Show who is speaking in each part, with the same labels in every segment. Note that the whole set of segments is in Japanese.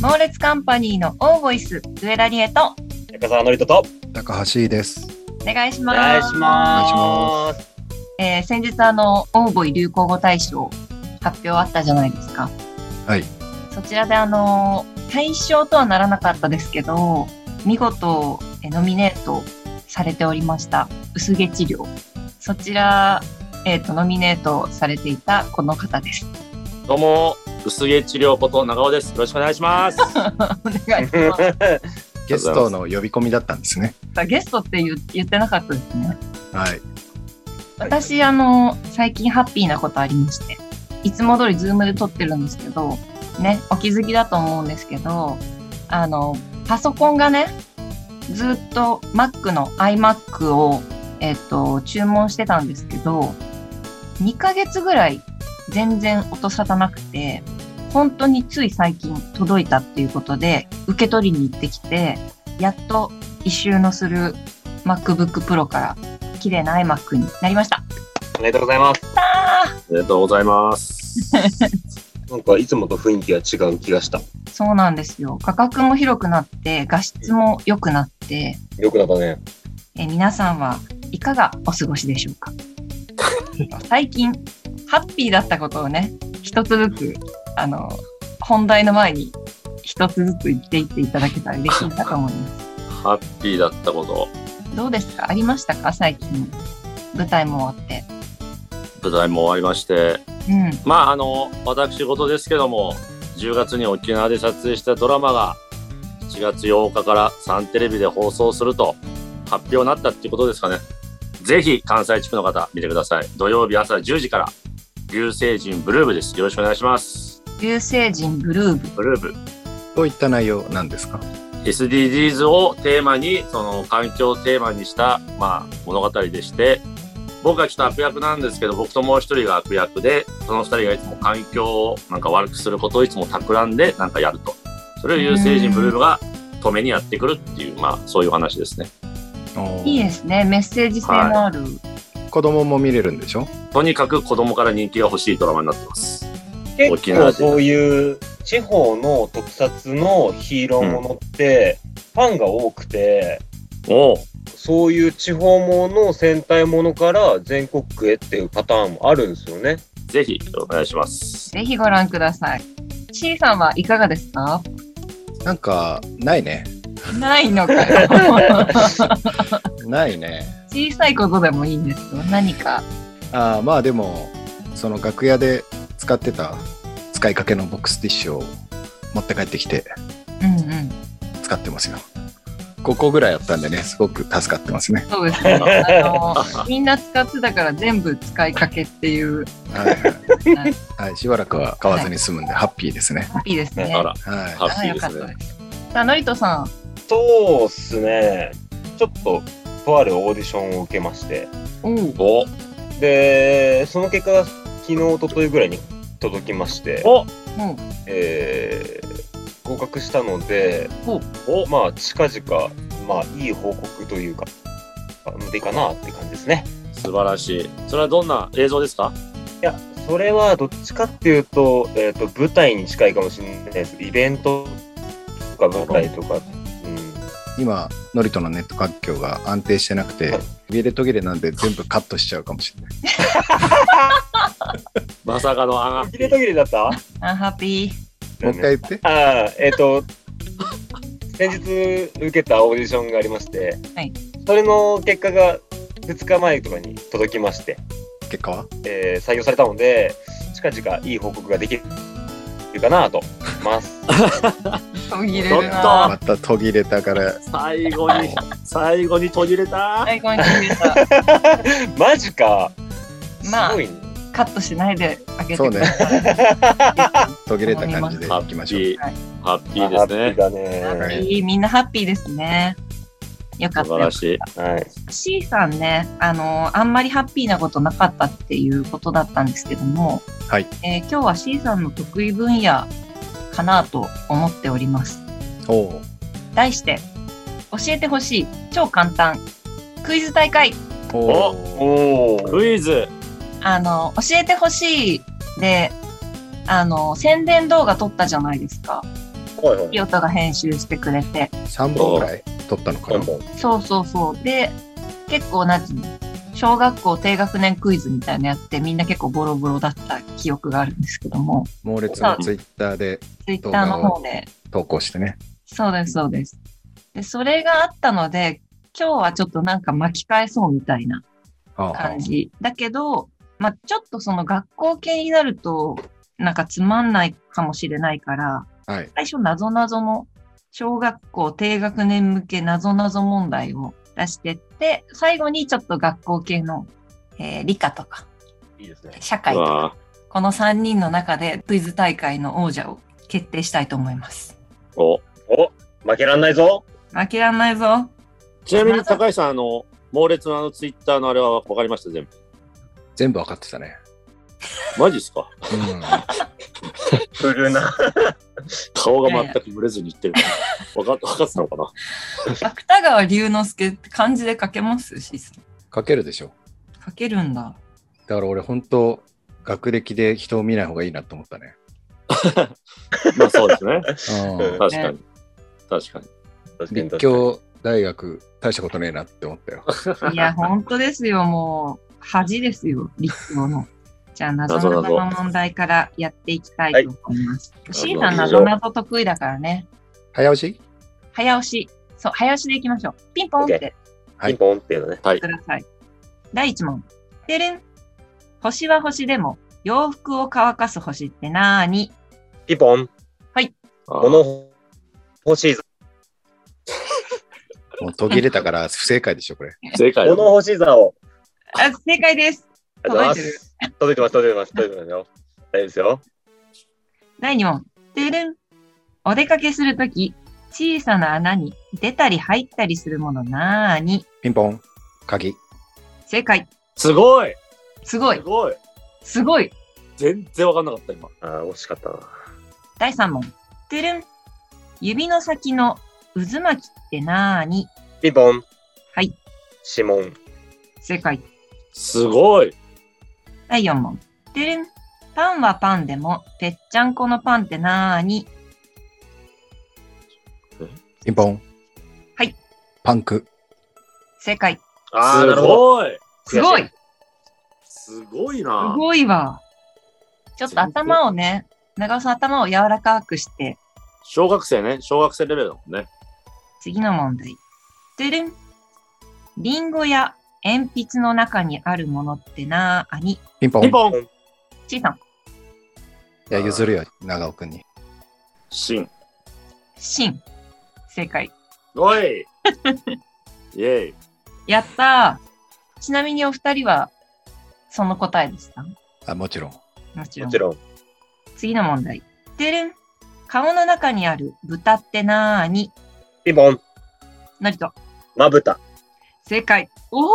Speaker 1: 猛烈カンパニーのオーボイス上田理恵と
Speaker 2: 中澤のりとと
Speaker 3: 高橋です。
Speaker 1: お願いし
Speaker 2: お
Speaker 1: ます
Speaker 2: 願いしま
Speaker 3: ます
Speaker 1: えー先日あのオーボイ流行語大賞発表あったじゃないですか
Speaker 3: はい
Speaker 1: そちらであの大賞とはならなかったですけど見事えーノミネートされておりました薄毛治療そちらえっ、とノミネートされていたこの方です
Speaker 4: どうも、薄毛治療こと長尾です。よろしくお願いし ます。
Speaker 1: お願いします
Speaker 3: ゲストの呼び込みだったんですね。
Speaker 1: あゲストって言言ってなかったですね
Speaker 3: はい。
Speaker 1: 私あの最近ハッピーなことありましていつも通りズームで撮ってるんですけどねお気づきだと思うんですけどあのパソコンがねずっと Mac の iMac を、えっと注文してたんですけど2ヶ月ぐらい全然音沙汰なくて本当につい最近届いたっていうことで受け取りに行ってきてやっと一周のする MacBook Pro から綺麗な iMac になりました。
Speaker 2: おめでとうございます
Speaker 4: ありがとうございます。
Speaker 2: なんかいつもと雰囲気が違う気がした
Speaker 1: そうなんですよ。価格も広くなって、画質も良くなって、
Speaker 2: よくなったね
Speaker 1: え皆さんはいかがお過ごしでしょうか最近、ハッピーだったことをね、一つずつ、あの、本題の前に一つずつ言っていっていただけたら嬉しいなと思います。
Speaker 4: ハッピーだったこと、
Speaker 1: どうですかありましたか最近。舞台も終わって。
Speaker 4: 舞台も終わりまして、
Speaker 1: うん。
Speaker 4: まあ、あの、私事ですけども、10月に沖縄で撮影したドラマが、7月8日からサンテレビで放送すると発表になったっていうことですかね。ぜひ、関西地区の方、見てください。土曜日朝10時から、流星人ブルーブです。よろしくお願いします。
Speaker 1: 流星人ブルーブ。
Speaker 4: ブルーブ。
Speaker 3: どういった内容なんですか。
Speaker 4: SDGs をテーマにその環境をテーマにした、まあ、物語でして僕はちょっと悪役なんですけど僕ともう一人が悪役でその二人がいつも環境をなんか悪くすることをいつも企んでなんかやるとそれを優星人ブルームが止めにやってくるっていう、まあ、そういう話ですね
Speaker 1: いいですね。メッセージ性のある。
Speaker 3: 子供も見れるんでしょ。
Speaker 4: とにかく子供から人気が欲しいドラマになってます
Speaker 2: 結構そういう地方の特撮のヒーローものってファンが多くて
Speaker 4: おお
Speaker 2: そういう地方もの戦隊ものから全国区へっていうパターンもあるんですよね
Speaker 4: ぜひお願いします
Speaker 1: ぜひご覧ください。C さんはいかがですか
Speaker 3: なんかないね。
Speaker 1: ないのかよ。
Speaker 3: ないね。
Speaker 1: 小さいことでもいいんですよ。何か。
Speaker 3: ああまあでもその楽屋で使ってた使いかけのボックスティッシュを持って帰ってきて
Speaker 1: うんうん。
Speaker 3: 使ってますよ。5個ぐらいあったんでねすごく助かってますね。
Speaker 1: そうですね。 あの、みんな使ってたから全部使いかけっていう、
Speaker 3: はい
Speaker 1: は
Speaker 3: はいい。はい、しばらくは買わずに済むんで、ハッピーですね。
Speaker 1: ハッピーですね。
Speaker 4: あら
Speaker 3: はい。
Speaker 4: ハ
Speaker 1: あ
Speaker 4: ッピ
Speaker 1: よ
Speaker 4: ーで
Speaker 1: かっ
Speaker 4: す
Speaker 1: た
Speaker 4: ね
Speaker 1: です。さあ、のりとさん。
Speaker 2: そうっすねちょっととあるオーディションを受けまして
Speaker 1: おう
Speaker 4: お
Speaker 2: でその結果が昨日一昨日ぐらいに届きまして
Speaker 4: お
Speaker 1: うん。
Speaker 2: えー合格したので
Speaker 1: お
Speaker 4: お
Speaker 2: まあ近々まあいい報告というかあのでかなって感じですね
Speaker 4: 素晴らしいそれはどんな映像ですか
Speaker 2: いやそれはどっちかっていうと,、えー、と舞台に近いかもしれないですイベントとか舞台とか、うん、
Speaker 3: 今ノリとのネット環境が安定してなくて途切れ途切れなんで全部カットしちゃうかもしれない
Speaker 4: まさかのあ
Speaker 2: 途切れ途切れだった
Speaker 1: アンハッピー。
Speaker 3: もう一回言って
Speaker 2: ああ、えっ、と、先日受けたオーディションがありまして、
Speaker 1: はい
Speaker 2: それの結果が2日前とかに届きまして、
Speaker 3: 結果は
Speaker 2: えー採用されたので、近々いい報告ができるかなと思います。
Speaker 1: 途切れる
Speaker 4: あ
Speaker 1: な。
Speaker 3: また途切れたから
Speaker 4: 最後に最後に途切れた
Speaker 1: 最後に途切れた。
Speaker 2: マジか、
Speaker 1: まあ
Speaker 2: すごいね。
Speaker 1: カットしないであげて
Speaker 3: そう
Speaker 1: く
Speaker 3: ね
Speaker 1: ださい。
Speaker 3: 途切れた感じでいきましょう。
Speaker 1: はい
Speaker 4: ハッピーですね。
Speaker 2: ハッ
Speaker 1: ハ
Speaker 2: ピーだ
Speaker 1: ッ
Speaker 2: ね。
Speaker 1: ピー。みんなハッピーですね。よかっ
Speaker 4: 素
Speaker 1: たよ
Speaker 4: 晴らしい。
Speaker 2: はい。
Speaker 1: C さんね、あの、あんまりハッピーなことなかったっていうことだったんですけども、
Speaker 3: はい
Speaker 1: えー今日は C さんの得意分野かなと思っております。
Speaker 3: おう
Speaker 1: 題して、教えてほしい、超簡単、クイズ大会。
Speaker 3: おう
Speaker 2: お
Speaker 4: クイズ。
Speaker 1: あの、教えてほしいで、あの、宣伝動画撮ったじゃないですか。
Speaker 2: はいはい。
Speaker 1: ピオトが編集してくれて、
Speaker 3: 3本ぐらい撮ったのかな
Speaker 2: 本本
Speaker 1: そうそうそう。で、結構なんつうの小学校低学年クイズみたいなのやって、みんな結構ボロボロだった記憶があるんですけども、
Speaker 3: 猛烈なツイッターで
Speaker 1: ツイッターの方で、
Speaker 3: 投稿してね。
Speaker 1: そうです、そうです。で、それがあったので、今日はちょっとなんか巻き返そうみたいな
Speaker 3: ああ
Speaker 1: 感じ。だけど、まあ、ちょっとその学校系になると、なんかつまんないかもしれないから、
Speaker 3: はい。
Speaker 1: 最初なぞなぞの小学校低学年向けなぞなぞ問題を出してって、最後にちょっと学校系の、えー理科とか
Speaker 2: いいですね。
Speaker 1: 社会とか、
Speaker 4: わ
Speaker 1: この3人の中でクイズ大会の王者を決定したいと思います。
Speaker 4: ーお
Speaker 2: お負けらんないぞ
Speaker 1: 負けらんないぞ。
Speaker 4: ちなみに高橋さん、あの、猛烈なあのツイッターのあれは分かりました、全部。
Speaker 3: 全部わかってたね。
Speaker 4: マジっすか
Speaker 3: うん。
Speaker 2: 振るな。
Speaker 4: 顔が全くぶれずにいってるから。分かっ分かってたのかな
Speaker 1: 芥川龍之介って漢字で書けますし、
Speaker 3: 書けるでしょ。
Speaker 1: 書けるんだ。
Speaker 3: だから俺本当学歴で人を見ない方がいいなと思ったね。
Speaker 4: まあそうですね。
Speaker 3: う
Speaker 4: 確
Speaker 3: ん
Speaker 4: かに。確かに。
Speaker 2: 確かに
Speaker 3: 立
Speaker 2: 確かに。
Speaker 3: 教大学大したことねえなって思ったよ。
Speaker 1: い や、本当ですよ、もう。恥ですよ、立教の。じゃあ、なぞなぞの問題からやっていきたいと思います。シーさん、なぞなぞ得意だからね。
Speaker 3: 早押し
Speaker 1: 早押し。そう、早押しでいきましょう。ピンポンって
Speaker 3: はい
Speaker 2: ピンポンっていうのね。
Speaker 1: ください。第1問。てれん。星は星でも、洋服を乾かす星ってなーに
Speaker 2: ピンポン。
Speaker 4: あー
Speaker 2: 物欲しいぞ。
Speaker 3: もう途切れたから不正解でしょ、これ。
Speaker 4: 正解だ
Speaker 2: 物欲しいぞを。
Speaker 1: あ正解です。
Speaker 2: ありがとうございます。届いてます、届いてます、届いてますよ。大丈夫ですよ。
Speaker 1: 第2問。てれん。お出かけするとき、小さな穴に出たり入ったりするものなーに
Speaker 3: ピンポン。鍵。
Speaker 1: 正解。
Speaker 4: すごい
Speaker 1: すご
Speaker 4: す
Speaker 1: い。
Speaker 4: ごい
Speaker 1: すごい。
Speaker 4: 全然分かんなかった、今。
Speaker 2: ああ、惜しかったな。
Speaker 1: 第3問。てるん。指の先の渦巻きってなーに
Speaker 2: ピンポン。
Speaker 1: はい。
Speaker 2: 指紋。
Speaker 1: 正解。
Speaker 4: すごい
Speaker 1: 第4問。てるん。パンはパンでも、ぺっちゃんこのパンってなーに
Speaker 3: ピンポン。
Speaker 1: はい。
Speaker 3: パンク。
Speaker 1: 正解。
Speaker 2: ああ、な
Speaker 4: す
Speaker 2: るほど。
Speaker 4: ごい
Speaker 1: すごい
Speaker 2: 悔
Speaker 1: す
Speaker 2: し
Speaker 4: すごいな
Speaker 1: ごいわ。ちょっと頭をね、長尾さん頭を柔らかくして、
Speaker 4: 小学生ね。小学生レベルだもんね。
Speaker 1: 次の問題。てるん。リンゴや鉛筆の中にあるものってなーに
Speaker 3: ピンポン。
Speaker 4: ピンポン
Speaker 1: ちーさん。
Speaker 3: いや、譲るよ、長尾くんに。
Speaker 4: シン。
Speaker 1: しん。正解。
Speaker 4: お いイェイ。
Speaker 1: やったーちなみにお二人は、その答えでした
Speaker 3: あ、もちろん。
Speaker 1: もち
Speaker 2: い
Speaker 1: ろ
Speaker 2: も
Speaker 1: ん。
Speaker 2: ちろん。
Speaker 1: 次の問題。てるん。顔の中にある豚ってなーに
Speaker 2: ピンポン。
Speaker 1: のりと。
Speaker 2: まぶた。
Speaker 1: 正解。おお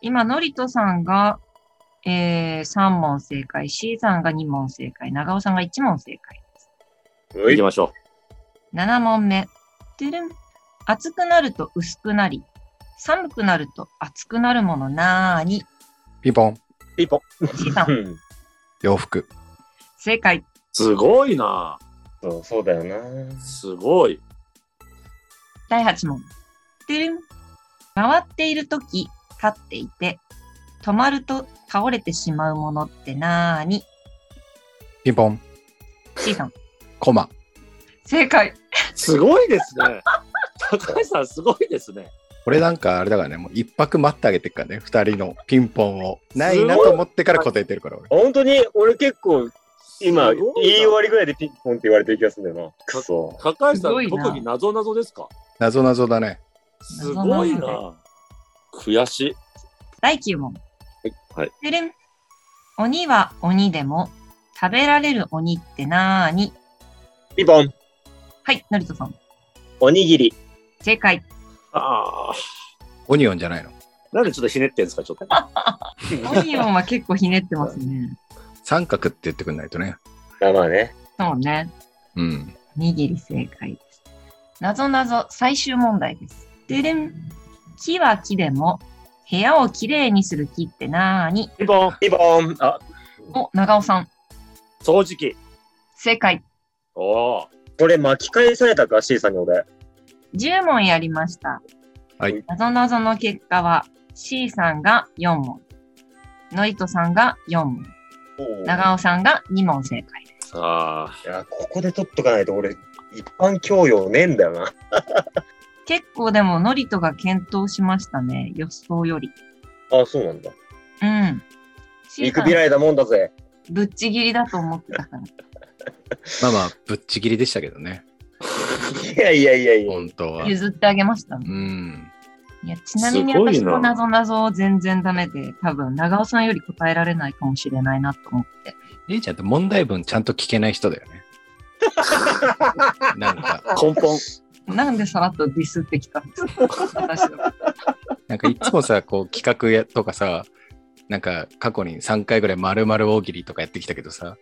Speaker 1: 今、のりとさんが、えー、3問正解、C さんが2問正解、長尾さんが1問正解。
Speaker 2: う
Speaker 4: 行き
Speaker 2: い。
Speaker 4: ましょ
Speaker 1: 7問目。てるん。暑くなると薄くなり、寒くなると暑くなるものなーに。
Speaker 3: ピンポン。
Speaker 2: ピンポン。
Speaker 1: C さ、
Speaker 2: うん ん
Speaker 3: 洋服。
Speaker 1: 正解。
Speaker 4: う。すごいな
Speaker 2: そうそうだよな。
Speaker 4: すごい。
Speaker 1: 第8問。てるん。回っているとき、立っていて、止まると倒れてしまうものってなーに
Speaker 3: ピンポン。
Speaker 1: ?C さん。
Speaker 3: コマ。
Speaker 1: 正解。
Speaker 4: すごいです ね。高橋さん、すごいですね。
Speaker 3: 俺なんかあれだからね、もう一泊待ってあげてっからね、二人のピンポンを。ないなと思ってから答えてるから俺。
Speaker 2: 本当に、俺結構、今、
Speaker 4: す
Speaker 2: 言い
Speaker 4: ごな
Speaker 2: 終わりぐらいでピンポンって言われてる気がするんだよな。くそ。
Speaker 4: 高橋
Speaker 1: す
Speaker 4: さ
Speaker 1: ご
Speaker 4: ん、
Speaker 1: いな
Speaker 4: 特技なぞなぞですか
Speaker 3: なぞなぞだね。
Speaker 4: すごい
Speaker 1: 謎
Speaker 4: な悔しい。
Speaker 1: 第9問。
Speaker 4: はい。
Speaker 1: てるん。鬼は鬼でも、食べられる鬼ってなーに
Speaker 2: ピンポン。
Speaker 1: はい、のりとさん。
Speaker 2: おにぎり。
Speaker 1: 正解。
Speaker 4: ああ。
Speaker 3: オニオンじゃないの。
Speaker 4: なんでちょっとひねってんですか、ちょっと。
Speaker 1: オニオンは結構ひねってますね。
Speaker 3: 三角って言ってくんないとね。
Speaker 2: まあまあね。
Speaker 1: そうね。
Speaker 3: うん。
Speaker 1: おにぎり正解です。なぞなぞ最終問題です。ででん。木は木でも、部屋をきれいにする木ってなーに
Speaker 4: ピンポン
Speaker 2: ピンポン。あ、
Speaker 1: お、長尾さん。
Speaker 4: 掃除機。
Speaker 1: 正解。
Speaker 4: おお。
Speaker 2: これ巻き返されたか、C さんに俺。
Speaker 1: 10問やりました。
Speaker 3: はい。
Speaker 1: なぞなぞの結果は、C さんが4問、ノイトさんが4問、長尾さんが2問正解。
Speaker 4: さあ、
Speaker 2: いや、ここで取っとかないと俺、一般教養ねえんだよな。
Speaker 1: 結構でも、ノリトが検討しましたね。予想より。
Speaker 2: あ、そうなんだ。
Speaker 1: うん。C
Speaker 2: 見
Speaker 1: さ
Speaker 2: くび
Speaker 1: ん、
Speaker 2: られたもんだぜ。
Speaker 1: ぶっちぎりだと思ってたから。
Speaker 3: まあまあ、ぶっちぎりでしたけどね。
Speaker 2: いやいやいやいや。
Speaker 3: 本当は。
Speaker 1: 譲ってあげました
Speaker 3: う
Speaker 1: ね。
Speaker 3: ん。
Speaker 1: いや、ちなみに
Speaker 4: すごい
Speaker 1: 私
Speaker 4: な
Speaker 1: となぞなぞ全然ダメで、多分、長尾さんより答えられないかもしれないなと思って。
Speaker 3: A ちゃんって問題文ちゃんと聞けない人だよね。なんか、
Speaker 4: 根本。
Speaker 1: なんでさらっとディスってきたんですか私の
Speaker 3: なんかいつもさ、こう企画やとかさ、なんか過去に3回ぐらい丸々大喜利とかやってきたけどさ、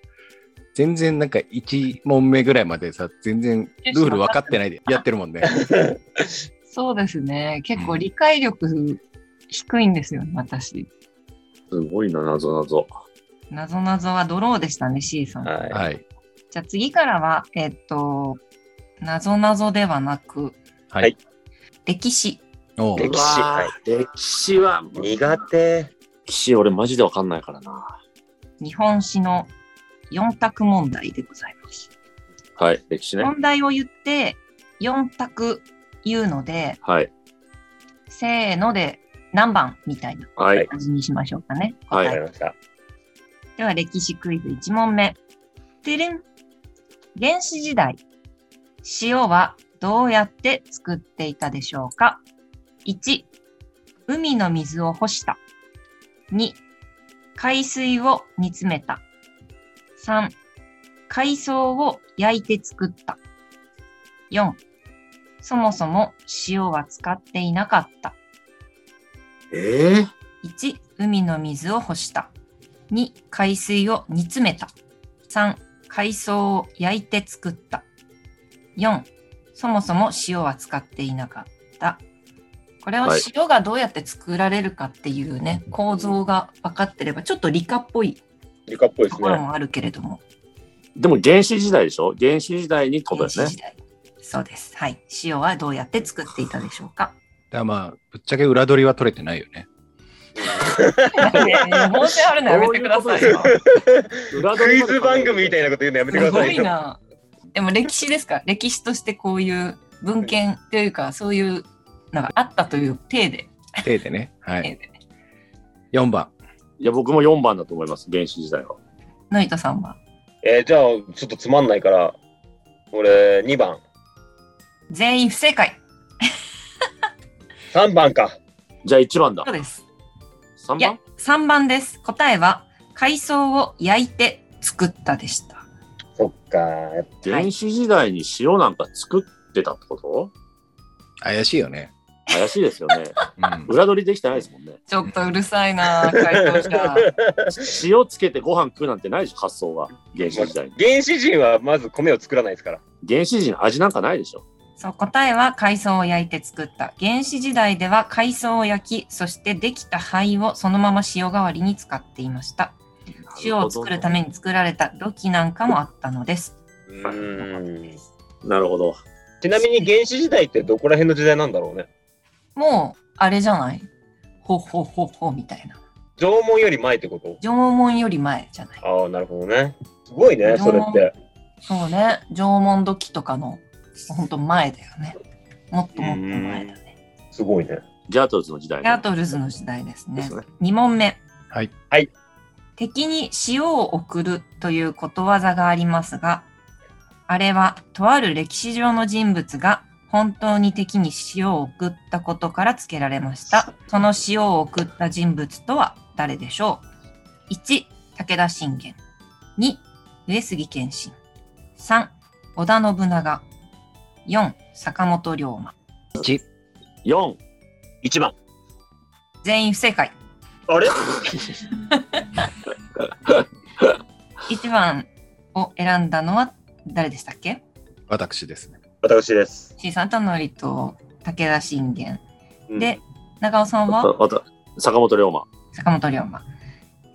Speaker 3: 全然なんか1問目ぐらいまでさ、全然ルール分かってないでやってるもんね。
Speaker 1: そうですね。結構理解力低いんですよね、私。
Speaker 4: すごいな、なぞなぞ。
Speaker 1: なぞなぞはドローでしたね、C さん。
Speaker 2: は
Speaker 3: はい。
Speaker 1: じゃあ次からは、えっと、なぞなぞではなく、
Speaker 3: は
Speaker 2: はい
Speaker 3: い。
Speaker 1: 歴史。
Speaker 3: おう
Speaker 2: 歴史
Speaker 4: うわー歴史は、
Speaker 2: い。苦手。
Speaker 4: 歴史俺マジでわかんないからな。
Speaker 1: 日本史の4択問題でございます。
Speaker 4: はい、歴史ね。
Speaker 1: 問題を言って、4択言うので、
Speaker 4: はい、
Speaker 1: せーので何番みたいな
Speaker 4: はい、
Speaker 1: 感じにしましょうかね。
Speaker 4: はい
Speaker 2: わかりました。
Speaker 1: では歴史クイズ1問目。てれん。原始時代、塩はどうやって作っていたでしょうか ?1、海の水を干した。2、海水を煮詰めた。3、海藻を焼いて作った。4、そもそも塩は使っていなかった。
Speaker 4: ええ
Speaker 1: 1、海の水を干した。2、海水を煮詰めた。3、海藻を焼いて作った。4、そもそも塩は使っていなかった。これは
Speaker 4: はい
Speaker 1: 塩がどうやって作られるかっていうね、構造が分かってれば、ちょっと理科っぽい
Speaker 2: 理科っぽいで
Speaker 1: と
Speaker 2: す
Speaker 1: ころ
Speaker 2: ね。
Speaker 1: もあるけれども、
Speaker 4: でも原始時代でしょ原始時代にってこ
Speaker 1: 原
Speaker 4: とですね
Speaker 1: 始。時代。そうです。はい。塩はどうやって作っていたでしょうか。
Speaker 3: だからまあ、ぶっちゃけ裏取りは取れてないよね。
Speaker 1: 申しあるのやめてください。
Speaker 4: そういうことですか
Speaker 2: クイズ番組みたいなこと言うのやめてく
Speaker 1: すご
Speaker 2: ださい
Speaker 1: い
Speaker 2: よ。
Speaker 1: な。でも歴史ですか歴史としてこういう文献というか、そういうのがあったという体で。
Speaker 3: 手でね。は
Speaker 1: 体
Speaker 3: い。
Speaker 1: で
Speaker 3: 4番。
Speaker 4: いや、僕も4番だと思います、原始時代は。
Speaker 1: ノイトさんは
Speaker 2: えー、じゃあ、ちょっとつまんないから、俺、2番。
Speaker 1: 全員不正解。
Speaker 2: 3番か。
Speaker 4: じゃあ1番だ
Speaker 1: そう。です。
Speaker 4: 3
Speaker 1: いや
Speaker 4: 番、
Speaker 1: 3番です。答えは、海藻を焼いて作ったでした。
Speaker 2: そっか。やっぱ
Speaker 1: はい
Speaker 4: 原始時代に塩なんか作ってたってこと
Speaker 3: 怪しいよね。
Speaker 4: 怪しいですよ ね。
Speaker 3: うん。
Speaker 4: 裏取りできてないですもんね。
Speaker 1: ちょっとうるさいな、回答 者。
Speaker 4: 塩つけてご飯食うなんてないでしょ、発想が。原始時代に。
Speaker 2: 原始人はまず米を作らないですから。
Speaker 4: 原始人味なんかないでしょ。
Speaker 1: そう、答えは海藻を焼いて作った。原始時代では海藻を焼き、そしてできた灰をそのまま塩代わりに使っていました。塩を作るために作られた土器なんかもあったのです。
Speaker 2: う
Speaker 4: ー
Speaker 2: ん。
Speaker 4: なるほど。
Speaker 2: ちなみに原始時代ってどこら辺の時代なんだろうね。
Speaker 1: もう、あれじゃないほほほほみたいな。
Speaker 2: 縄文より前ってこと
Speaker 1: 縄文より前じゃない。
Speaker 2: ああ、なるほどね。すごいね、それって。
Speaker 1: そうね。縄文土器とかの、ほんと前だよね。もっともっと前だね。
Speaker 2: すごいね。
Speaker 4: ジャートルズの時代ね
Speaker 1: ガートルズの時代です
Speaker 4: で
Speaker 1: ね
Speaker 4: す。ね。
Speaker 1: 2問目。
Speaker 3: はい。
Speaker 2: はい。
Speaker 1: 敵に塩を送るということわざがありますが、あれはとある歴史上の人物が本当に敵に塩を送ったことから付けられました。その塩を送った人物とは誰でしょう ?1、武田信玄。2、上杉謙信。3、織田信長。4、坂本龍馬。
Speaker 3: 1。
Speaker 4: 4。
Speaker 2: 1番。
Speaker 1: 全員不正解。
Speaker 2: あれ
Speaker 1: 1番を選んだのは誰でしたっけ
Speaker 3: 私ですね。
Speaker 2: 私です。
Speaker 1: C さんとのりと武田信玄
Speaker 2: うん
Speaker 1: で、長尾さんは
Speaker 4: また、坂本龍馬。
Speaker 1: 坂本龍馬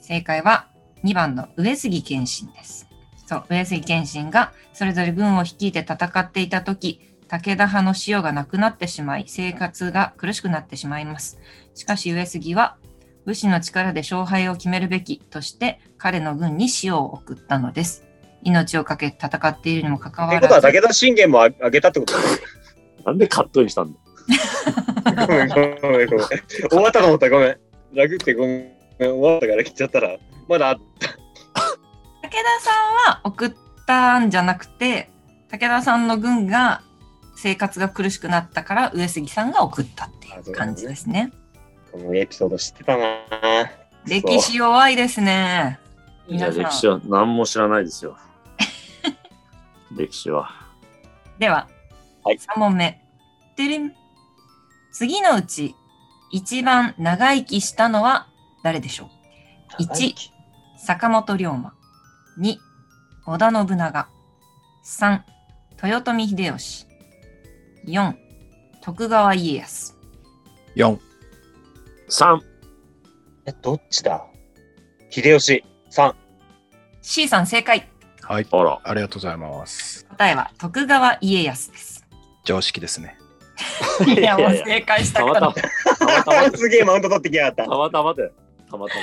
Speaker 1: 正解は2番の上杉謙信ですそう、上杉謙信がそれぞれ軍を率いて戦っていた時、武田派の塩がなくなってしまい、生活が苦しくなってしまいます。しかし上杉は、武士の力で勝敗を決めるべきとして、彼の軍に塩を送ったのです。命を懸け戦っているにもかか
Speaker 2: ってい
Speaker 1: わ
Speaker 2: うこ
Speaker 1: ら
Speaker 2: とは、
Speaker 1: ず、
Speaker 2: 武田信玄もああげたってことだね。
Speaker 4: なんでカットインしたんだ
Speaker 2: ごめん、ごめん、ごめん。終わったと思った、ごめん。ラグってごめん。終わったから切っちゃったら、まだあっ
Speaker 1: 武田さんは送ったんじゃなくて、武田さんの軍が生活が苦しくなったから、上杉さんが送ったっていう感じですね。
Speaker 2: このエピソード知ってたなぁ
Speaker 1: 歴史弱いですね。
Speaker 4: いや、
Speaker 1: 皆さん
Speaker 4: 歴史は何も知らないで すよ。歴史は。
Speaker 1: では、
Speaker 2: はい
Speaker 1: 3問目。てれん次のうち、一番長生きしたのは誰でしょう1、坂本龍馬。2、織田信長。3、豊臣秀吉。4、徳川家康。
Speaker 3: 4。
Speaker 4: 3、
Speaker 2: え、どっちだ秀吉さん。
Speaker 1: C さん正解。
Speaker 3: はい。
Speaker 4: あら、
Speaker 3: ありがとうございます。
Speaker 1: 答えは徳川家康です。
Speaker 3: 常識ですね。
Speaker 1: いや、もう
Speaker 4: いやいや
Speaker 1: 正解した
Speaker 4: た
Speaker 1: か
Speaker 4: ま
Speaker 1: ら
Speaker 4: たま、たまたまで、
Speaker 2: すげえマウント取ってきやがった
Speaker 4: た。またまで、たまた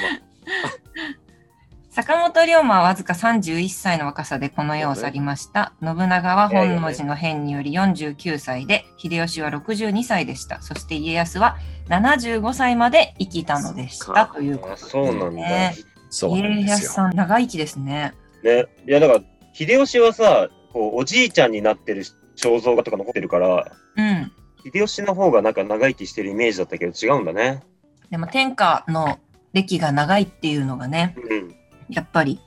Speaker 1: 坂本龍馬はわずか31歳の若さでこの世を去りました。信長は本能寺の変により49歳で、秀吉は62歳でした。そして家康は75歳まで生きたのでし
Speaker 4: そったか
Speaker 1: というこ
Speaker 2: あそうなんだ。ね
Speaker 1: ね、
Speaker 3: そ
Speaker 1: と。
Speaker 3: うなん
Speaker 1: 家
Speaker 3: で
Speaker 1: 康
Speaker 3: すよ。
Speaker 1: さん長生きですね。
Speaker 2: いや、だから、秀吉はさ、こうおじいちゃんになってる肖像画とか残ってるから、
Speaker 1: うん。
Speaker 2: 秀吉の方がなんか長生きしてるイメージだったけど違うんだね。
Speaker 1: でも天下の歴が長いっていうのがね、
Speaker 2: うん。
Speaker 1: やっぱり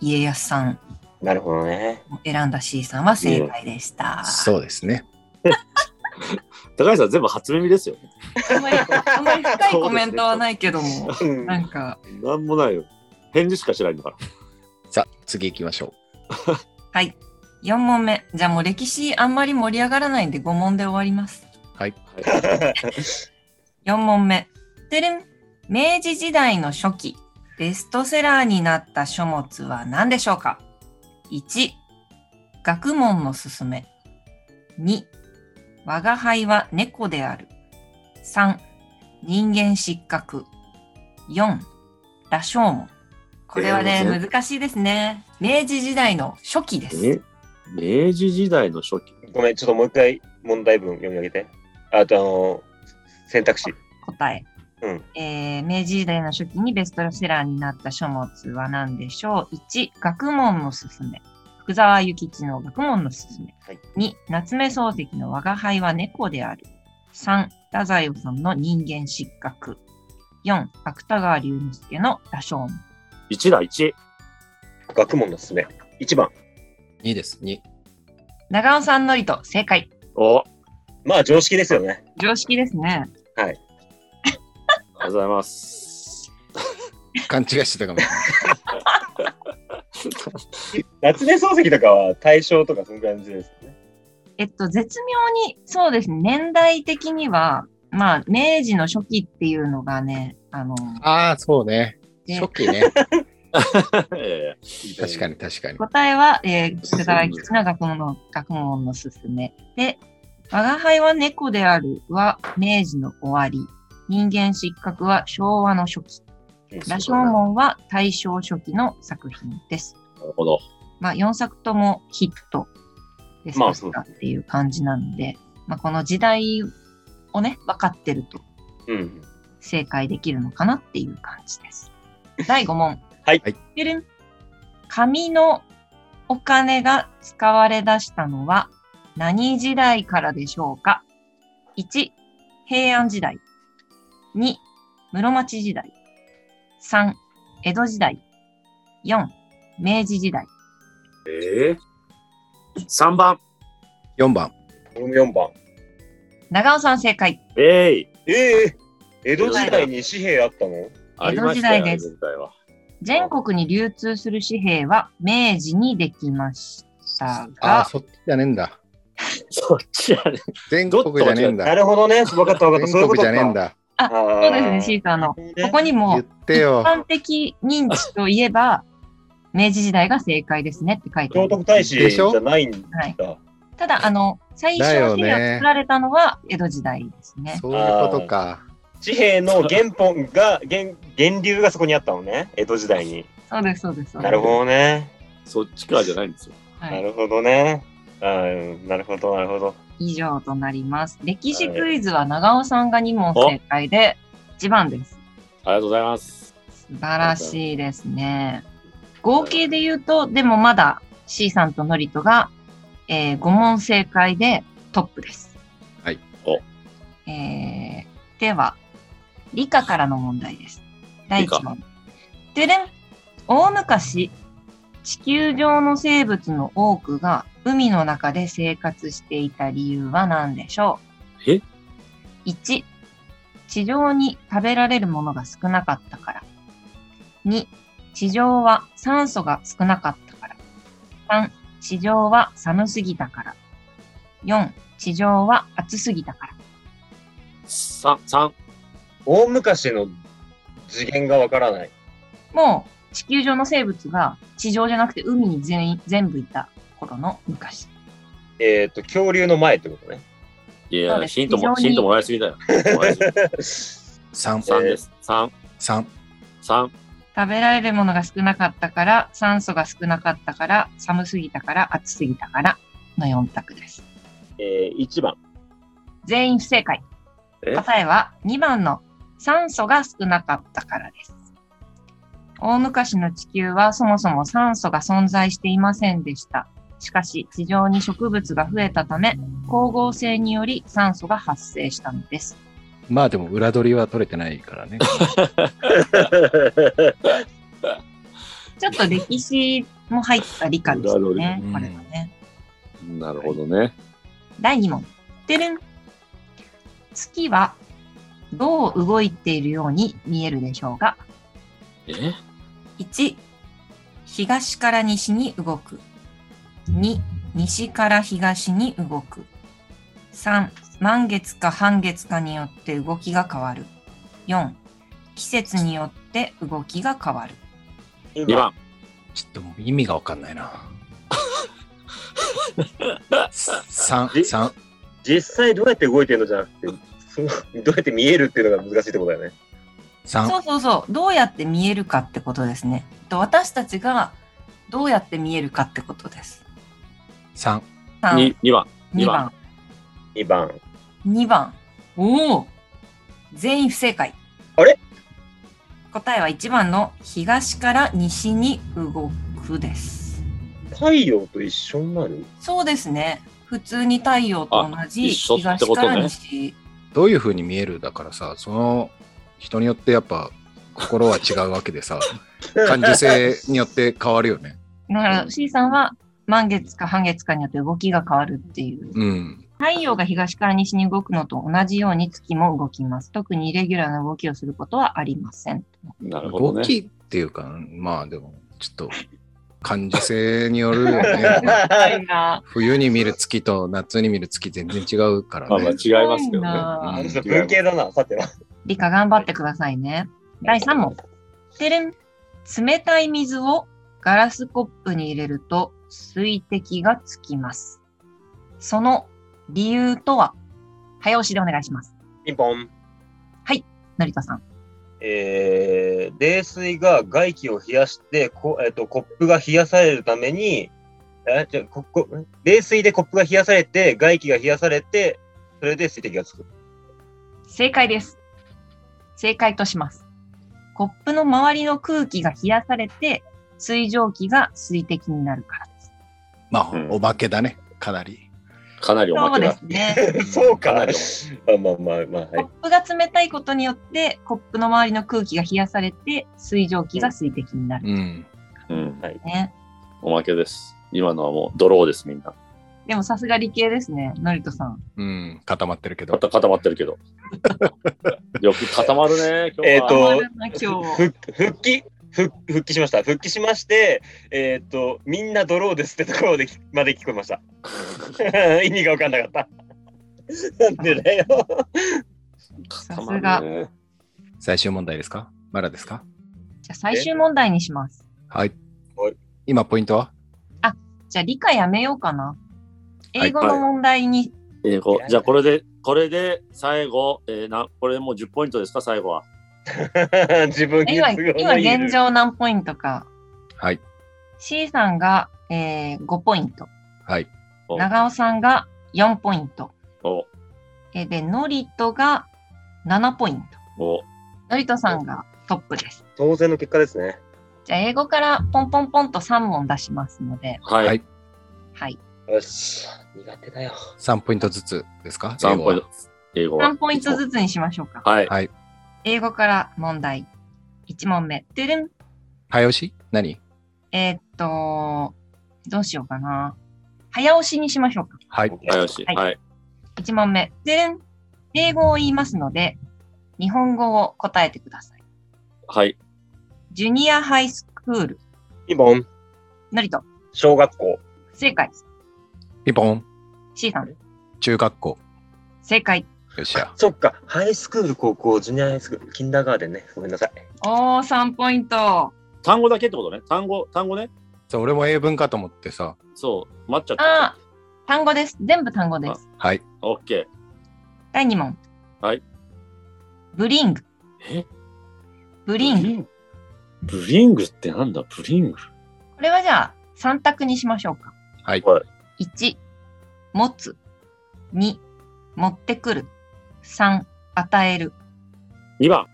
Speaker 1: 家康さん
Speaker 2: なるほどね。
Speaker 1: を選んだ C さんは正解でした。
Speaker 3: そうですね。
Speaker 4: ま。高橋さん、全部初耳ですよ。
Speaker 1: あんまりあんまり深いコメントはないけども、
Speaker 2: うん
Speaker 1: なんか。
Speaker 4: なんもないよ。返事しかしないんだから。
Speaker 3: さあ、次行きましょ
Speaker 1: はい。4問目。じゃあもう歴史あんまり盛り上がらないんで5問で終わります。
Speaker 4: はい
Speaker 1: 4問目。てれん。明治時代の初期、ベストセラーになった書物は何でしょうか ?1、学問のすすめ。2、我が輩は猫である。3、人間失格。4、羅生門。これはね、
Speaker 4: えー
Speaker 1: 難しいですね。明治時代の初期です。
Speaker 4: え明治時代の初期。
Speaker 2: ごめん、ちょっともう一回問題文読み上げて。あと、あの選択肢。
Speaker 1: 答え、
Speaker 2: うん
Speaker 1: えー明治時代の初期にベストセラーになった書物は何でしょう ?1、学問のすすめ。福沢諭吉の学問のすすめ。
Speaker 2: はい
Speaker 1: 2、夏目漱石の我が輩は猫である。3、太宰治の人間失格。4、芥川龍之介の羅生門。
Speaker 4: 1だ、1。
Speaker 2: 学問のすすめ。1番。
Speaker 3: う。2です。2。
Speaker 1: 長尾さんのりと正解。
Speaker 4: お、あり
Speaker 2: まあ常識ですよね。
Speaker 1: 常識ですね。
Speaker 4: がとうございます。
Speaker 3: 勘違いしてたかもし れない。
Speaker 2: 夏目漱石とかは大正とかその感じですね。
Speaker 1: えっと、絶妙に、そうですね、年代的には、まあ、明治の初期っていうのがね、あの、
Speaker 3: ああ、そうね。
Speaker 1: で
Speaker 3: 初期ね。
Speaker 4: ええ
Speaker 3: 確かに確かに。
Speaker 1: 答えは、えー、福沢諭吉の学問の学問のすすめ。で、我が輩は猫であるは明治の終わり。人間失格は昭和の初期。羅生門は大正初期の作品です。
Speaker 4: なるほど。
Speaker 1: まあ、4作ともヒットです
Speaker 2: ま
Speaker 1: か
Speaker 2: あそう
Speaker 1: したっていう感じなので、まあ、この時代をね、分かってると
Speaker 2: うん。
Speaker 1: 正解できるのかなっていう感じです。第5問。
Speaker 2: はい
Speaker 3: はい
Speaker 1: てるん。紙のお金が使われ出したのは何時代からでしょうか ?1、平安時代。2、室町時代。3、江戸時代。4、明治時代。
Speaker 4: ええ3番。
Speaker 3: 4番。
Speaker 2: 4番。
Speaker 1: 長尾さん正解。
Speaker 4: えい、
Speaker 2: ええ江戸時代に紙幣あったの
Speaker 4: ありました
Speaker 1: 江戸時代
Speaker 4: よ
Speaker 1: です
Speaker 4: 江戸時代は。
Speaker 1: 全国に流通する紙幣は明治にできました
Speaker 3: ああ、
Speaker 1: が、
Speaker 3: そっちじゃねえんだ。
Speaker 4: そっちやね。
Speaker 3: 全国じゃねえん
Speaker 2: な
Speaker 3: だ。
Speaker 2: るほどね。分かった分かった。そう
Speaker 3: 全
Speaker 2: いうこ
Speaker 3: 国じ
Speaker 2: とか
Speaker 3: ゃねえん。だ。
Speaker 1: あ、そうですね、シーさんの。ここにも
Speaker 3: 言って
Speaker 1: 一
Speaker 3: よ。
Speaker 1: 般的認知といえば、明治時代が正解ですねって書いてあ
Speaker 2: 聖
Speaker 1: る。
Speaker 2: 徳太子じゃないんだ。
Speaker 1: はいただ、あの、最初の資料が作られたのは江戸時代ですね。
Speaker 3: そういうことか。
Speaker 2: 紙幣の原本が、原源流がそこにあったのね。江戸時代に。
Speaker 1: そうです、そうです。そうです
Speaker 2: なるほどね。
Speaker 4: そっちからじゃないんですよ。
Speaker 1: は、
Speaker 2: ないるほどね。あーなるほど、なるほど。
Speaker 1: 以上となります。歴史クイズは長尾さんが2問正解で1番です。
Speaker 4: ありがとうございます。
Speaker 1: 素晴らしいですね。合計で言うと、でもまだ C さんとノリトが、え5問正解でトップです。
Speaker 3: はい。
Speaker 4: お
Speaker 1: えー、では、理科からの問題です。第1問。てれん大昔、地球上の生物の多くが海の中で生活していた理由は何でしょう
Speaker 4: え
Speaker 1: ?1、地上に食べられるものが少なかったから。2、地上は酸素が少なかったから。3、地上は寒すぎたから。4、地上は暑すぎたから。
Speaker 4: 三三
Speaker 2: 大昔の次元がわからない。
Speaker 1: もう地球上の生物が地上じゃなくて海に全員全部いた頃の昔。
Speaker 2: えっ、と、恐竜の前ってことね。
Speaker 4: い
Speaker 1: そう
Speaker 4: や、
Speaker 1: です
Speaker 4: ヒントも、
Speaker 1: 非常に
Speaker 4: ヒントもらいすぎだよ。もらいすぎ
Speaker 3: 三
Speaker 4: 三です。三
Speaker 3: 三
Speaker 4: 三
Speaker 1: 食べられるものが少なかったから、酸素が少なかったから、寒すぎたから、暑すぎたからの4択です。
Speaker 2: えー、1番。
Speaker 1: 全員不正解。
Speaker 4: え
Speaker 1: 答えは2番の酸素が少なかったからです。大昔の地球はそもそも酸素が存在していませんでした。しかし地上に植物が増えたため、光合成により酸素が発生したのです。
Speaker 3: まあでも裏取りは取れてないからね。、
Speaker 1: ちょっと歴史も入った理科ですよねこれはね。
Speaker 4: なるほどね。
Speaker 1: 第2問。てるん。月はどう動いているように見えるでしょうか
Speaker 4: え
Speaker 1: ?1、東から西に動く。2、西から東に動く。3、満月か半月かによって動きが変わる。4、季節によって動きが変わる。
Speaker 4: 二番。
Speaker 3: ちょっともう意味がわかんない な。三
Speaker 2: え
Speaker 3: 三
Speaker 2: 実際どうやって動いてるのじゃなくて、そのどうやって見えるっていうのが難しいってことだよね。
Speaker 3: 三
Speaker 1: そうそうそう。どうやって見えるかってことですね。と私たちがどうやって見えるかってことです。
Speaker 3: 三
Speaker 1: 3
Speaker 4: 二、二番。
Speaker 1: 2
Speaker 4: 二
Speaker 1: 番
Speaker 4: 番、
Speaker 2: 2番。
Speaker 1: 2番。おお全員不正解。
Speaker 2: あれ
Speaker 1: 答えは1番の東から西に動くです。
Speaker 2: 太陽と一緒になる
Speaker 1: そうですね。普通に太陽と同
Speaker 4: あ
Speaker 1: じ
Speaker 4: 一緒って
Speaker 1: 東
Speaker 4: ことね
Speaker 1: から西。
Speaker 3: どういう風に見えるだからさ、その人によってやっぱ心は違うわけで さ、感 受性によって変わるよね。
Speaker 1: だから C さんは満月か半月かによって動きが変わるっていう
Speaker 3: うん。
Speaker 1: 太陽が東から西に動くのと同じように月も動きます。特にイレギュラーな動きをすることはありません。
Speaker 4: なるほど
Speaker 3: 動
Speaker 4: ね。
Speaker 3: きっていうか、まあでもちょっと感受性によるよね。
Speaker 1: が
Speaker 3: 冬に見る月と夏に見る月全然違うから
Speaker 4: まあまあ違
Speaker 3: ね
Speaker 4: い。ますけどね。
Speaker 3: うん
Speaker 2: ちょっと文系だな、さてな。
Speaker 1: 理科頑張ってくださいね。第3問。てれん。冷たい水をガラスコップに入れると水滴がつきます。その理由とは早押しでお願いします。
Speaker 2: ピンポン。
Speaker 1: 成田さん。
Speaker 2: えー、冷水が外気を冷やして、こえっとコップが冷やされるために、えじゃここ冷水でコップが冷やされて、外気が冷やされて、それで水滴がつく。
Speaker 1: 正解です。正解とします。コップの周りの空気が冷やされて、水蒸気が水滴になるからです。
Speaker 3: まあ
Speaker 4: うん
Speaker 3: お化けだね、かなり。
Speaker 4: かなりおま
Speaker 1: そう
Speaker 4: け
Speaker 1: で
Speaker 4: だ。
Speaker 1: すね。
Speaker 2: そうか。
Speaker 4: か
Speaker 2: まあ
Speaker 4: なり
Speaker 2: まあまあまあ、
Speaker 1: コ
Speaker 2: は
Speaker 1: ッ
Speaker 2: い。
Speaker 1: プが冷たいことによって、コップの周りの空気が冷やされて、水蒸気が水滴になるんで
Speaker 3: う
Speaker 4: う
Speaker 3: ん。
Speaker 4: ん、
Speaker 1: すね。
Speaker 4: おまけです。今のはもうドローです、みんな。
Speaker 1: でもさすが理系ですね、のりとさん。
Speaker 3: うん、固まってるけど
Speaker 4: ま。た固まってるけど。よく固まるね、今日は。
Speaker 2: えーと
Speaker 1: 困るな今日。
Speaker 2: ふ復帰復復帰しました。復帰しまして、えーっと、みんなドローですってところできまで聞こえました。 意味が分かんなかった。なんでだよ。
Speaker 4: 固まるね。
Speaker 3: 最終問題ですかまだですか
Speaker 1: じゃあ最終問題にします。
Speaker 3: はい。今ポイントは
Speaker 1: じゃあ理科やめようかな。
Speaker 4: はい
Speaker 1: 英語の問題に、
Speaker 4: 英語。じゃあ、これで、これで、最後、えーな、これもう10ポイントですか、最後は。
Speaker 2: 自分に都
Speaker 1: 今
Speaker 2: 合のいい
Speaker 1: 今現状何ポイントか。
Speaker 3: はい。
Speaker 1: C さんが、えー5ポイント。
Speaker 3: はい。
Speaker 4: お
Speaker 1: 長尾さんが4ポイント。
Speaker 4: お、
Speaker 1: えーで、ノリトが7ポイント。
Speaker 4: お、
Speaker 1: ノリトさんがトップです。
Speaker 2: 当然の結果ですね。
Speaker 1: じゃあ英語からポンポンポンと3問出しますので、
Speaker 4: はい。
Speaker 3: はい
Speaker 1: はい。
Speaker 2: よし。苦手だよ。
Speaker 3: 3ポイントずつですか
Speaker 4: 3ポイン
Speaker 3: 英語
Speaker 4: ト。英語は。
Speaker 1: 3ポイントずつにしましょうか。
Speaker 4: はい。
Speaker 1: 英語から問題。1問目。トゥルン。
Speaker 3: 早押し何
Speaker 1: えーっと、どうしようかな。早押しにしましょうか。
Speaker 3: はい。
Speaker 4: はい、よし。
Speaker 1: はい
Speaker 4: はい。
Speaker 1: 1問目。トゥルン。英語を言いますので、日本語を答えてください。
Speaker 4: はい。
Speaker 1: ジュニアハイスクール。
Speaker 2: 2番、
Speaker 1: のりと。
Speaker 2: 小学校。
Speaker 1: 不正解。
Speaker 3: ピンポン。
Speaker 1: C さん。
Speaker 3: 中学校。
Speaker 1: 正解。
Speaker 3: よっし ゃ。
Speaker 2: そっか、ハイスクール、高校、ジュニアハイスクール、キンダーガーデンね。ごめんなさい。
Speaker 1: おー、3ポイント。
Speaker 4: 単語だけってことね。単語、単語ね。
Speaker 3: そう俺も英文かと思ってさ。
Speaker 4: そう、待っちゃった
Speaker 1: あ。ー、単語です。全部単語です。
Speaker 3: はい。
Speaker 4: オッケ
Speaker 1: 第2問。
Speaker 4: はい。
Speaker 1: ブリング。
Speaker 4: ー。え
Speaker 1: ブ
Speaker 4: ブ
Speaker 1: リング。
Speaker 4: グブリングってなんだブリング
Speaker 1: これはじゃあ、3択にしましょうか。
Speaker 3: はい
Speaker 4: はい
Speaker 1: 1、持つ。2、持ってくる。3、与える。
Speaker 4: ?2 番。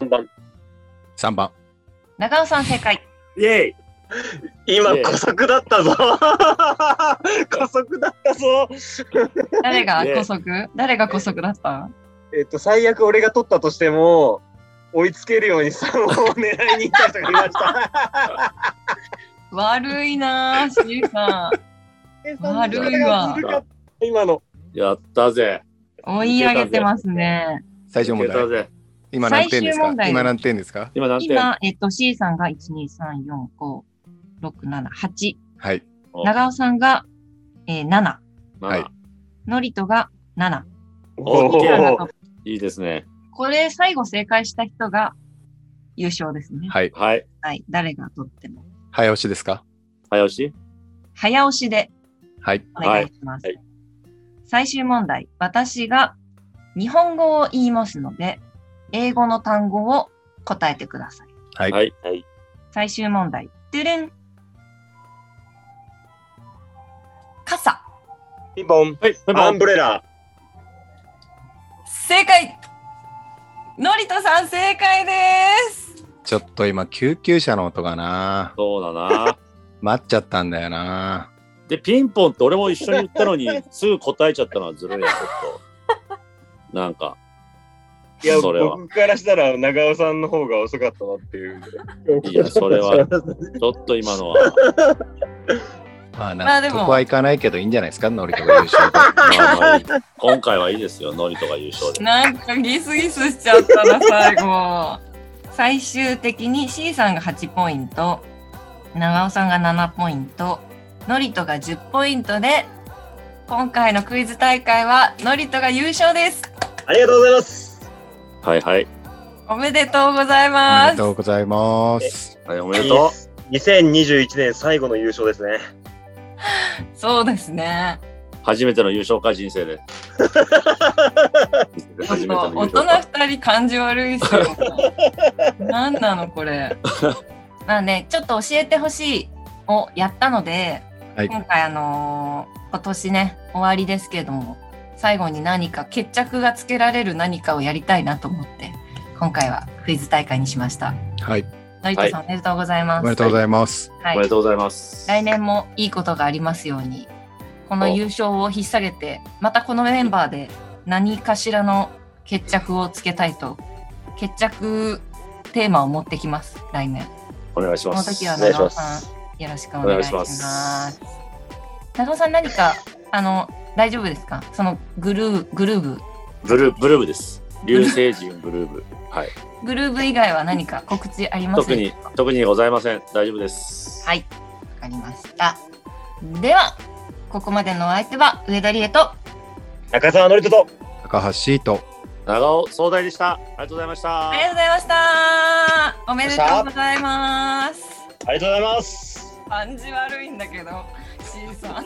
Speaker 2: 3番。
Speaker 3: 3番。
Speaker 1: 長尾さん正 解。
Speaker 4: イェイ
Speaker 2: 今、古速だったぞ。 古速だったぞ。
Speaker 1: 誰が
Speaker 4: ね
Speaker 1: 古速誰が古速だった
Speaker 2: えっと、最悪俺が取ったとしても、追いつけるように3を狙いに行った人がいました。
Speaker 1: 悪いなぁ、シーさ 悪いわ
Speaker 2: 今の。
Speaker 4: やったぜ。
Speaker 1: ん。追い上げてますね。
Speaker 3: 最終
Speaker 4: いけ
Speaker 3: 問
Speaker 4: た
Speaker 3: 題。
Speaker 4: ぜ。
Speaker 3: 今何点で
Speaker 1: 最
Speaker 3: す
Speaker 1: 終
Speaker 3: か
Speaker 1: 問題
Speaker 3: 今何点ですか
Speaker 4: 今何点
Speaker 1: 今、えっと、C さんが1、2、3、4、5、6、7、8。
Speaker 3: はい。
Speaker 4: お
Speaker 1: 長尾さんが、えー、7。
Speaker 4: 七
Speaker 3: はい
Speaker 1: のりとが7。
Speaker 4: お
Speaker 1: シーさんがトッ
Speaker 2: お
Speaker 1: プ
Speaker 2: ー
Speaker 4: いいですね。
Speaker 1: これ最後正解した人が優勝ですね。
Speaker 3: はい。
Speaker 4: はい。
Speaker 1: はい。誰が取っても。
Speaker 3: 早押しですか
Speaker 4: 早押し
Speaker 1: 早押しで
Speaker 3: はい。
Speaker 1: お願いします。
Speaker 4: はいは
Speaker 1: 最終問題。私が日本語を言いますので、英語の単語を答えてください。
Speaker 3: はい。
Speaker 4: はい
Speaker 1: 最終問題。ドゥルン。傘。
Speaker 2: ピンポン。
Speaker 4: はい。
Speaker 2: アンブレラ。
Speaker 1: 正解のりとさん正解です
Speaker 3: ちょっと今、救急車の音がな。
Speaker 4: そうだな。
Speaker 3: 待っちゃったんだよな。
Speaker 4: で、ピンポンって俺も一緒に言ったの に、すぐ答えちゃったのはずるいな、ちょっと。なんか、
Speaker 2: いや、
Speaker 4: それは
Speaker 2: 僕からしたら長尾さんの方が遅かったなっていう。
Speaker 4: いやそれ は。ちょっと今のは。
Speaker 3: まあ、
Speaker 1: まあ
Speaker 3: 納
Speaker 1: でも
Speaker 3: 得はいかないけどいいんじゃないですかノリとか優勝 で。
Speaker 4: まあまあいい今回はいいですよ、ノリとか優勝で。
Speaker 1: なんかギスギスしちゃったな、最後。最終的に C さんが8ポイント、長尾さんが7ポイント、ノリトが10ポイントで、今回のクイズ大会はノリトが優勝です。
Speaker 2: ありがとうございます。
Speaker 4: はいはい。
Speaker 1: おめでとうござい
Speaker 3: おめ
Speaker 1: ま。
Speaker 3: ですとうございます。
Speaker 4: はい、おめでと
Speaker 2: う。2021年最後の優勝ですね。
Speaker 1: そうですね。
Speaker 4: う。初めての優勝か、人生 で。
Speaker 1: ちょっ
Speaker 4: 初めて
Speaker 1: と
Speaker 4: の
Speaker 1: 大
Speaker 4: 優勝
Speaker 1: 人
Speaker 4: か。
Speaker 1: 二人感じ悪いっすよ。 何なのこれ。まあね、ちょっと教えてほしいをやったので、
Speaker 3: はい。
Speaker 1: 今回あのー今年ね終わりですけれども最後に何か決着がつけられる何かをやりたいなと思って今回はクイズ大会にしました
Speaker 3: はい。
Speaker 1: のりとさん、おめでとうございま
Speaker 3: お
Speaker 1: す
Speaker 3: めでとうございます。
Speaker 1: は
Speaker 4: おめで
Speaker 1: い、
Speaker 4: とうございます。
Speaker 1: 来年もいいことがありますようにこの優勝を引っ提げてまたこのメンバーで何かしらの決着をつけたいと決着テーマを持ってきます来年
Speaker 4: お願いし
Speaker 1: こ
Speaker 4: ま
Speaker 1: の
Speaker 4: す。
Speaker 1: 時は
Speaker 2: お願いし
Speaker 1: 長
Speaker 2: ま
Speaker 1: 尾さん
Speaker 2: す。
Speaker 1: よろしくお願いします。
Speaker 4: お願いし
Speaker 1: 長尾さん何かあの大丈夫ですか？そのグルーグルーブ
Speaker 4: ブルー、ブルーブです。流星人ブルーブ。はい。
Speaker 1: グルーブ以外は何か告知あります
Speaker 4: 特に、特にございません。大丈夫です。
Speaker 1: はい、わかりました。ではここまでのお相手は上田理恵と
Speaker 2: 中澤のりとと。
Speaker 3: 高橋シート。
Speaker 4: 長尾総大でした。ありがとうございました。
Speaker 1: ありがとうございました。おめでとうございます。
Speaker 2: ありがとうございます。
Speaker 1: 感じ悪いんだけど C さん